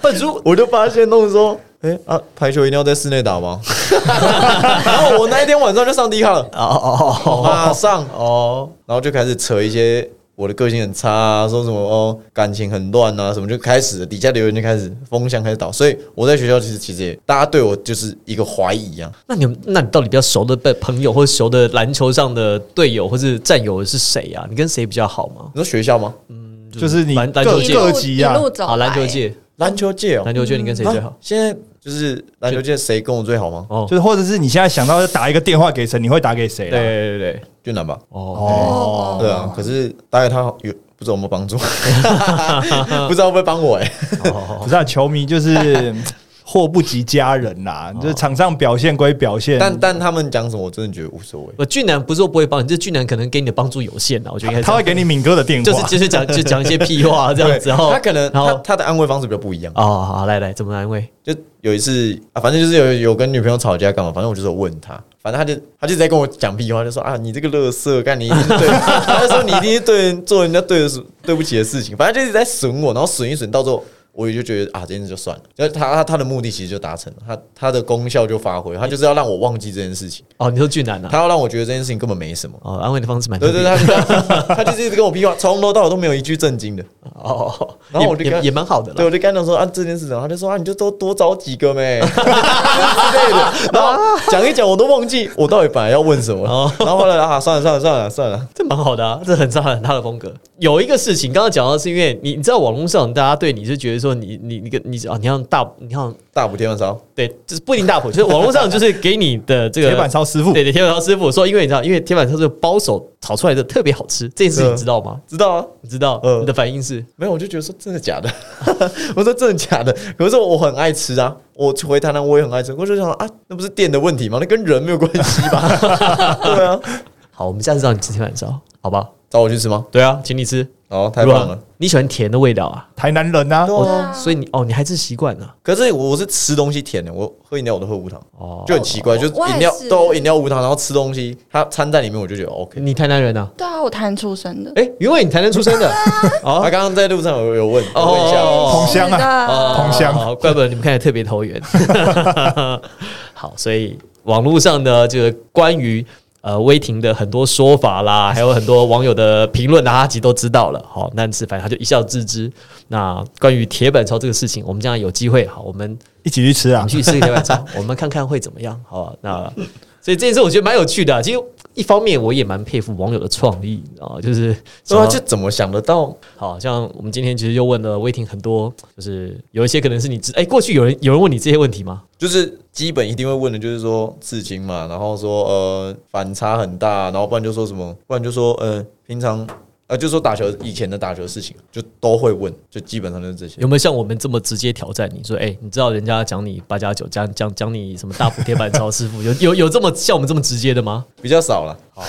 S2: 不如
S1: 我就发现动说，哎、啊，排球一定要在室内打 吗？然后我那一天晚上就上 D 卡了，
S3: 哦哦
S1: 马上哦，然后就开始扯一些我的个性很差啊，说什么哦感情很乱啊，什么就开始了底下留言就开始风向开始倒，所以我在学校其实其实也大家对我就是一个怀疑啊，
S2: 那你那你到底比较熟的朋友，或者熟的篮球上的队友，或是战友是谁啊？你跟谁比较好吗？
S1: 你说学校吗？
S3: 就是你
S2: 篮
S3: 各
S2: 篮球
S4: 一
S2: 界
S4: 路
S3: 各级啊
S4: 一路走
S2: 好篮球
S4: 来
S2: 界，
S1: 篮球界哦
S2: 篮，球界你跟谁最好
S1: 啊？现在就是篮球界谁跟我最好吗？
S2: 哦
S3: 就，是或者是你现在想到要打一个电话给谁，你会打给谁
S2: 对
S3: 啦？
S2: 对对对，
S1: 俊男吧，
S2: 哦，
S3: 哦，
S1: 对啊，可是打给他有不知道有没有帮助， 不知道会不会帮我哎、
S3: 不是啊，球迷就是祸不及家人啦，就是场上表现归表现，
S1: 但但他们讲什么，我真的觉得无所谓。
S2: 我俊男不是说不会帮你，这俊男可能给你的帮助有限啊，我觉得应该是
S3: 他会给你敏哥的电
S2: 就是
S3: 话，
S2: 就是讲就讲一些屁话这样子，
S1: 对
S2: 然后
S1: 他可能
S2: 然
S1: 他
S2: 后
S1: 他的安慰方式比较不一样。
S2: 哦，好来来，怎么安慰？
S1: 就有一次啊，反正就是有有跟女朋友吵架干嘛，反正我就是有问他，反正他就他就在跟我讲屁话，就说啊你这个乐色，干你一定是对， 他就说你一定是对人做人家对的事对不起的事情，反正就一直在损我，然后损一损，到最后我也就觉得啊这件事就算了，就是他他他的目的其实就达成了，他他的功效就发挥，他就是要让我忘记这件事情，
S2: 哦，你说俊男啊？
S1: 他要让我觉得这件事情根本没什么。
S2: 哦，安慰的方式蛮特
S1: 对
S2: 别
S1: 对，
S2: 的
S1: 他他他就是一直跟我屁话，从头到尾都没有一句正经的。
S2: 哦，
S1: 然后我
S2: 也
S1: 就跟
S2: 也也蛮好的
S1: 对，
S2: 了。
S1: 我就跟他说啊，这件事情，他就说啊，你就多多找几个呗 之类的。然后讲一讲，我都忘记我到底本来要问什么
S2: 哦
S1: 了。然后后来啊，算了算了算了算了，
S2: 这蛮好的啊，这很他很他的风格。有一个事情，刚刚讲到是因为你你知道网络上大家对你是觉得说你你你个你啊，你好像大你好像
S1: 大补天晚烧，
S2: 对，就是不一定大谱，就是网络上就是给你的 这个
S3: 铁板烧师傅
S2: 对对，铁板烧师傅说，因为你知道，因为铁板烧是包手炒出来的特别好吃，这件事情
S1: 嗯
S2: 你知道吗？
S1: 知道啊？
S2: 你知道？
S1: 嗯
S2: 你的反应是
S1: 没有，我就觉得说真的假的， 我说真的假的。可是我很爱吃啊，我回台南我也很爱吃，我就想啊，那不是店的问题吗？那跟人没有关系吧？ 对啊，
S2: 好，我们下次让你吃铁板烧，好吧？
S1: 找我去吃吗？
S2: 对啊，请你吃，
S1: 哦，太棒
S2: 如
S1: 了
S2: 果。你喜欢甜的味道啊？
S3: 台南人啊，
S1: 对啊
S4: 啊
S2: 所以你哦，你还是习惯了
S1: 可是我是吃东西甜的，我喝饮料我都喝无糖。
S2: 哦。
S1: 就很奇怪，
S4: 哦
S1: 就是
S4: 我也
S1: 饮料
S4: 是
S1: 都饮料无糖，然后吃东西，它掺在里面，我就觉得 OK。
S2: 你台南人啊？
S4: 对啊，我谈出生的，
S2: 哎、因为你台南出生的
S1: 他
S2: 哦
S1: 刚刚在路上有有问，
S2: 哦
S1: 有问一下，
S3: 同乡啊
S4: 是的
S2: 哦，
S3: 同乡
S2: 哦怪不得你们看起来特别投缘。 好，所以网络上的这个关于呃威霆的很多说法啦，还有很多网友的评论，大家其实都知道了。好，但是反正他就一笑置之。那关于铁板烧这个事情，我们将来有机会，好，我们
S3: 一起去吃
S2: 我
S3: 啊
S2: 们，去吃个铁板烧，我们看看会怎么样，好吧？那 所以这件事我觉得蛮有趣的啊、其实一方面我也蛮佩服网友的创意啊，就是
S1: 对
S2: 想
S1: 啊，
S2: 到
S1: 就怎么想得到？
S2: 好像我们今天其实又问了威霆很多，就是有一些可能是你知哎、过去有人有人问你这些问题吗？
S1: 就是基本一定会问的，就是说刺青嘛，然后说呃反差很大，然后不然就说什么，不然就说呃平常呃就说打球以前的打球的事情，就都会问，就基本上就是这些。
S2: 有没有像我们这么直接挑战你说，哎、你知道人家讲你八加九，讲讲讲你什么大埔铁 板烧师傅，有有有这么像我们这么直接的吗？
S1: 比较少了，
S2: 啊，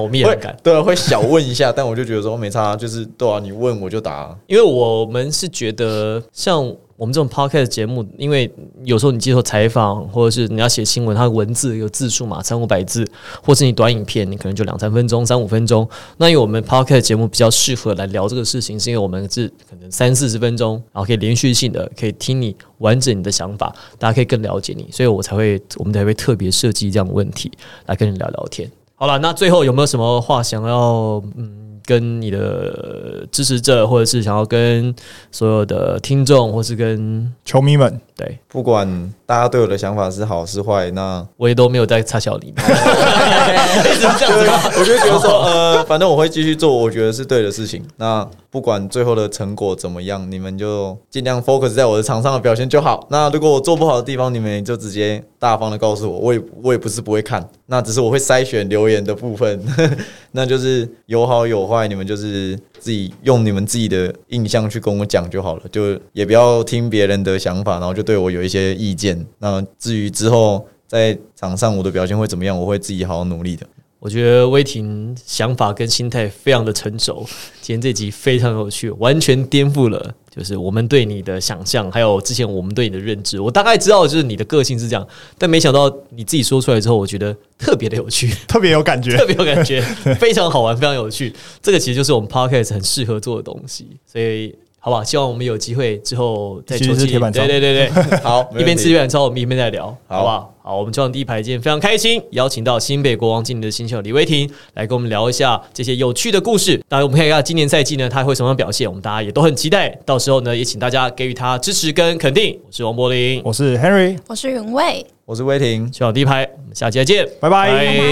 S2: 我们也
S1: 会
S2: 很敢，
S1: 对啊，会小问一下，但我就觉得说没差，就是对啊，你问我就答啊、
S2: 因为我们是觉得像我们这种 podcast 节目，因为有时候你接受采访，或者是你要写新闻，它的文字有字数嘛，三五百字，或是你短影片，你可能就两三分钟、三五分钟。那因为我们 podcast 节目比较适合来聊这个事情，是因为我们是可能三四十分钟，然后可以连续性的可以听你完整你的想法，大家可以更了解你，所以我才会我们才会特别设计这样的问题来跟你聊聊天。好了，那最后有没有什么话想要嗯跟你的支持者，或者是想要跟所有的听众，或是跟
S3: 球迷们，
S2: 对
S1: 不管大家对我的想法是好是坏，那
S2: 我也都没有在插小里面，一直这样子吗？
S1: 我就觉得说，呃，反正我会继续做我觉得是对的事情。那不管最后的成果怎么样，你们就尽量 focus 在我的场上的表现就好。那如果我做不好的地方，你们就直接大方的告诉我，我也我也不是不会看，那只是我会筛选留言的部分， 那就是有好有坏，你们就是自己用你们自己的印象去跟我讲就好了，就也不要听别人的想法，然后就对我有一些意见。那至于之后。在场上我的表现会怎么样？我会自己好好努力的。
S2: 我觉得威霆想法跟心态非常的成熟，今天这集非常有趣，完全颠覆了就是我们对你的想象，还有之前我们对你的认知。我大概知道就是你的个性是这样，但没想到你自己说出来之后，我觉得特别的有趣。
S3: 特别有感 觉
S2: 特。别有感觉，非常好玩，非常有趣。这个其实就是我们 podcast 很适合做的东西，所以好不好？希望我们有机会之后再
S3: 其实
S2: 抽
S3: 是
S2: 起
S3: 铁板烧
S2: 对对对 对，
S1: 好，没
S2: 一边
S1: 问题
S2: 吃一边超，我们一边在聊，
S1: 好
S2: 好不好？好，我们中央第一排今天非常开心，邀请到新北国王今年的新秀李威霆来跟我们聊一下这些有趣的故事。当然，我们看一下今年赛季呢，他会什么样表现，我们大家也都很期待。到时候呢，也请大家给予他支持跟肯定。我是王柏林，
S3: 我是 Henry，
S4: 我是云蔚，
S1: 我是威霆，
S2: 中央第一排，我们下期再见，
S3: 拜拜
S4: 拜
S1: 拜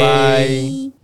S4: 拜。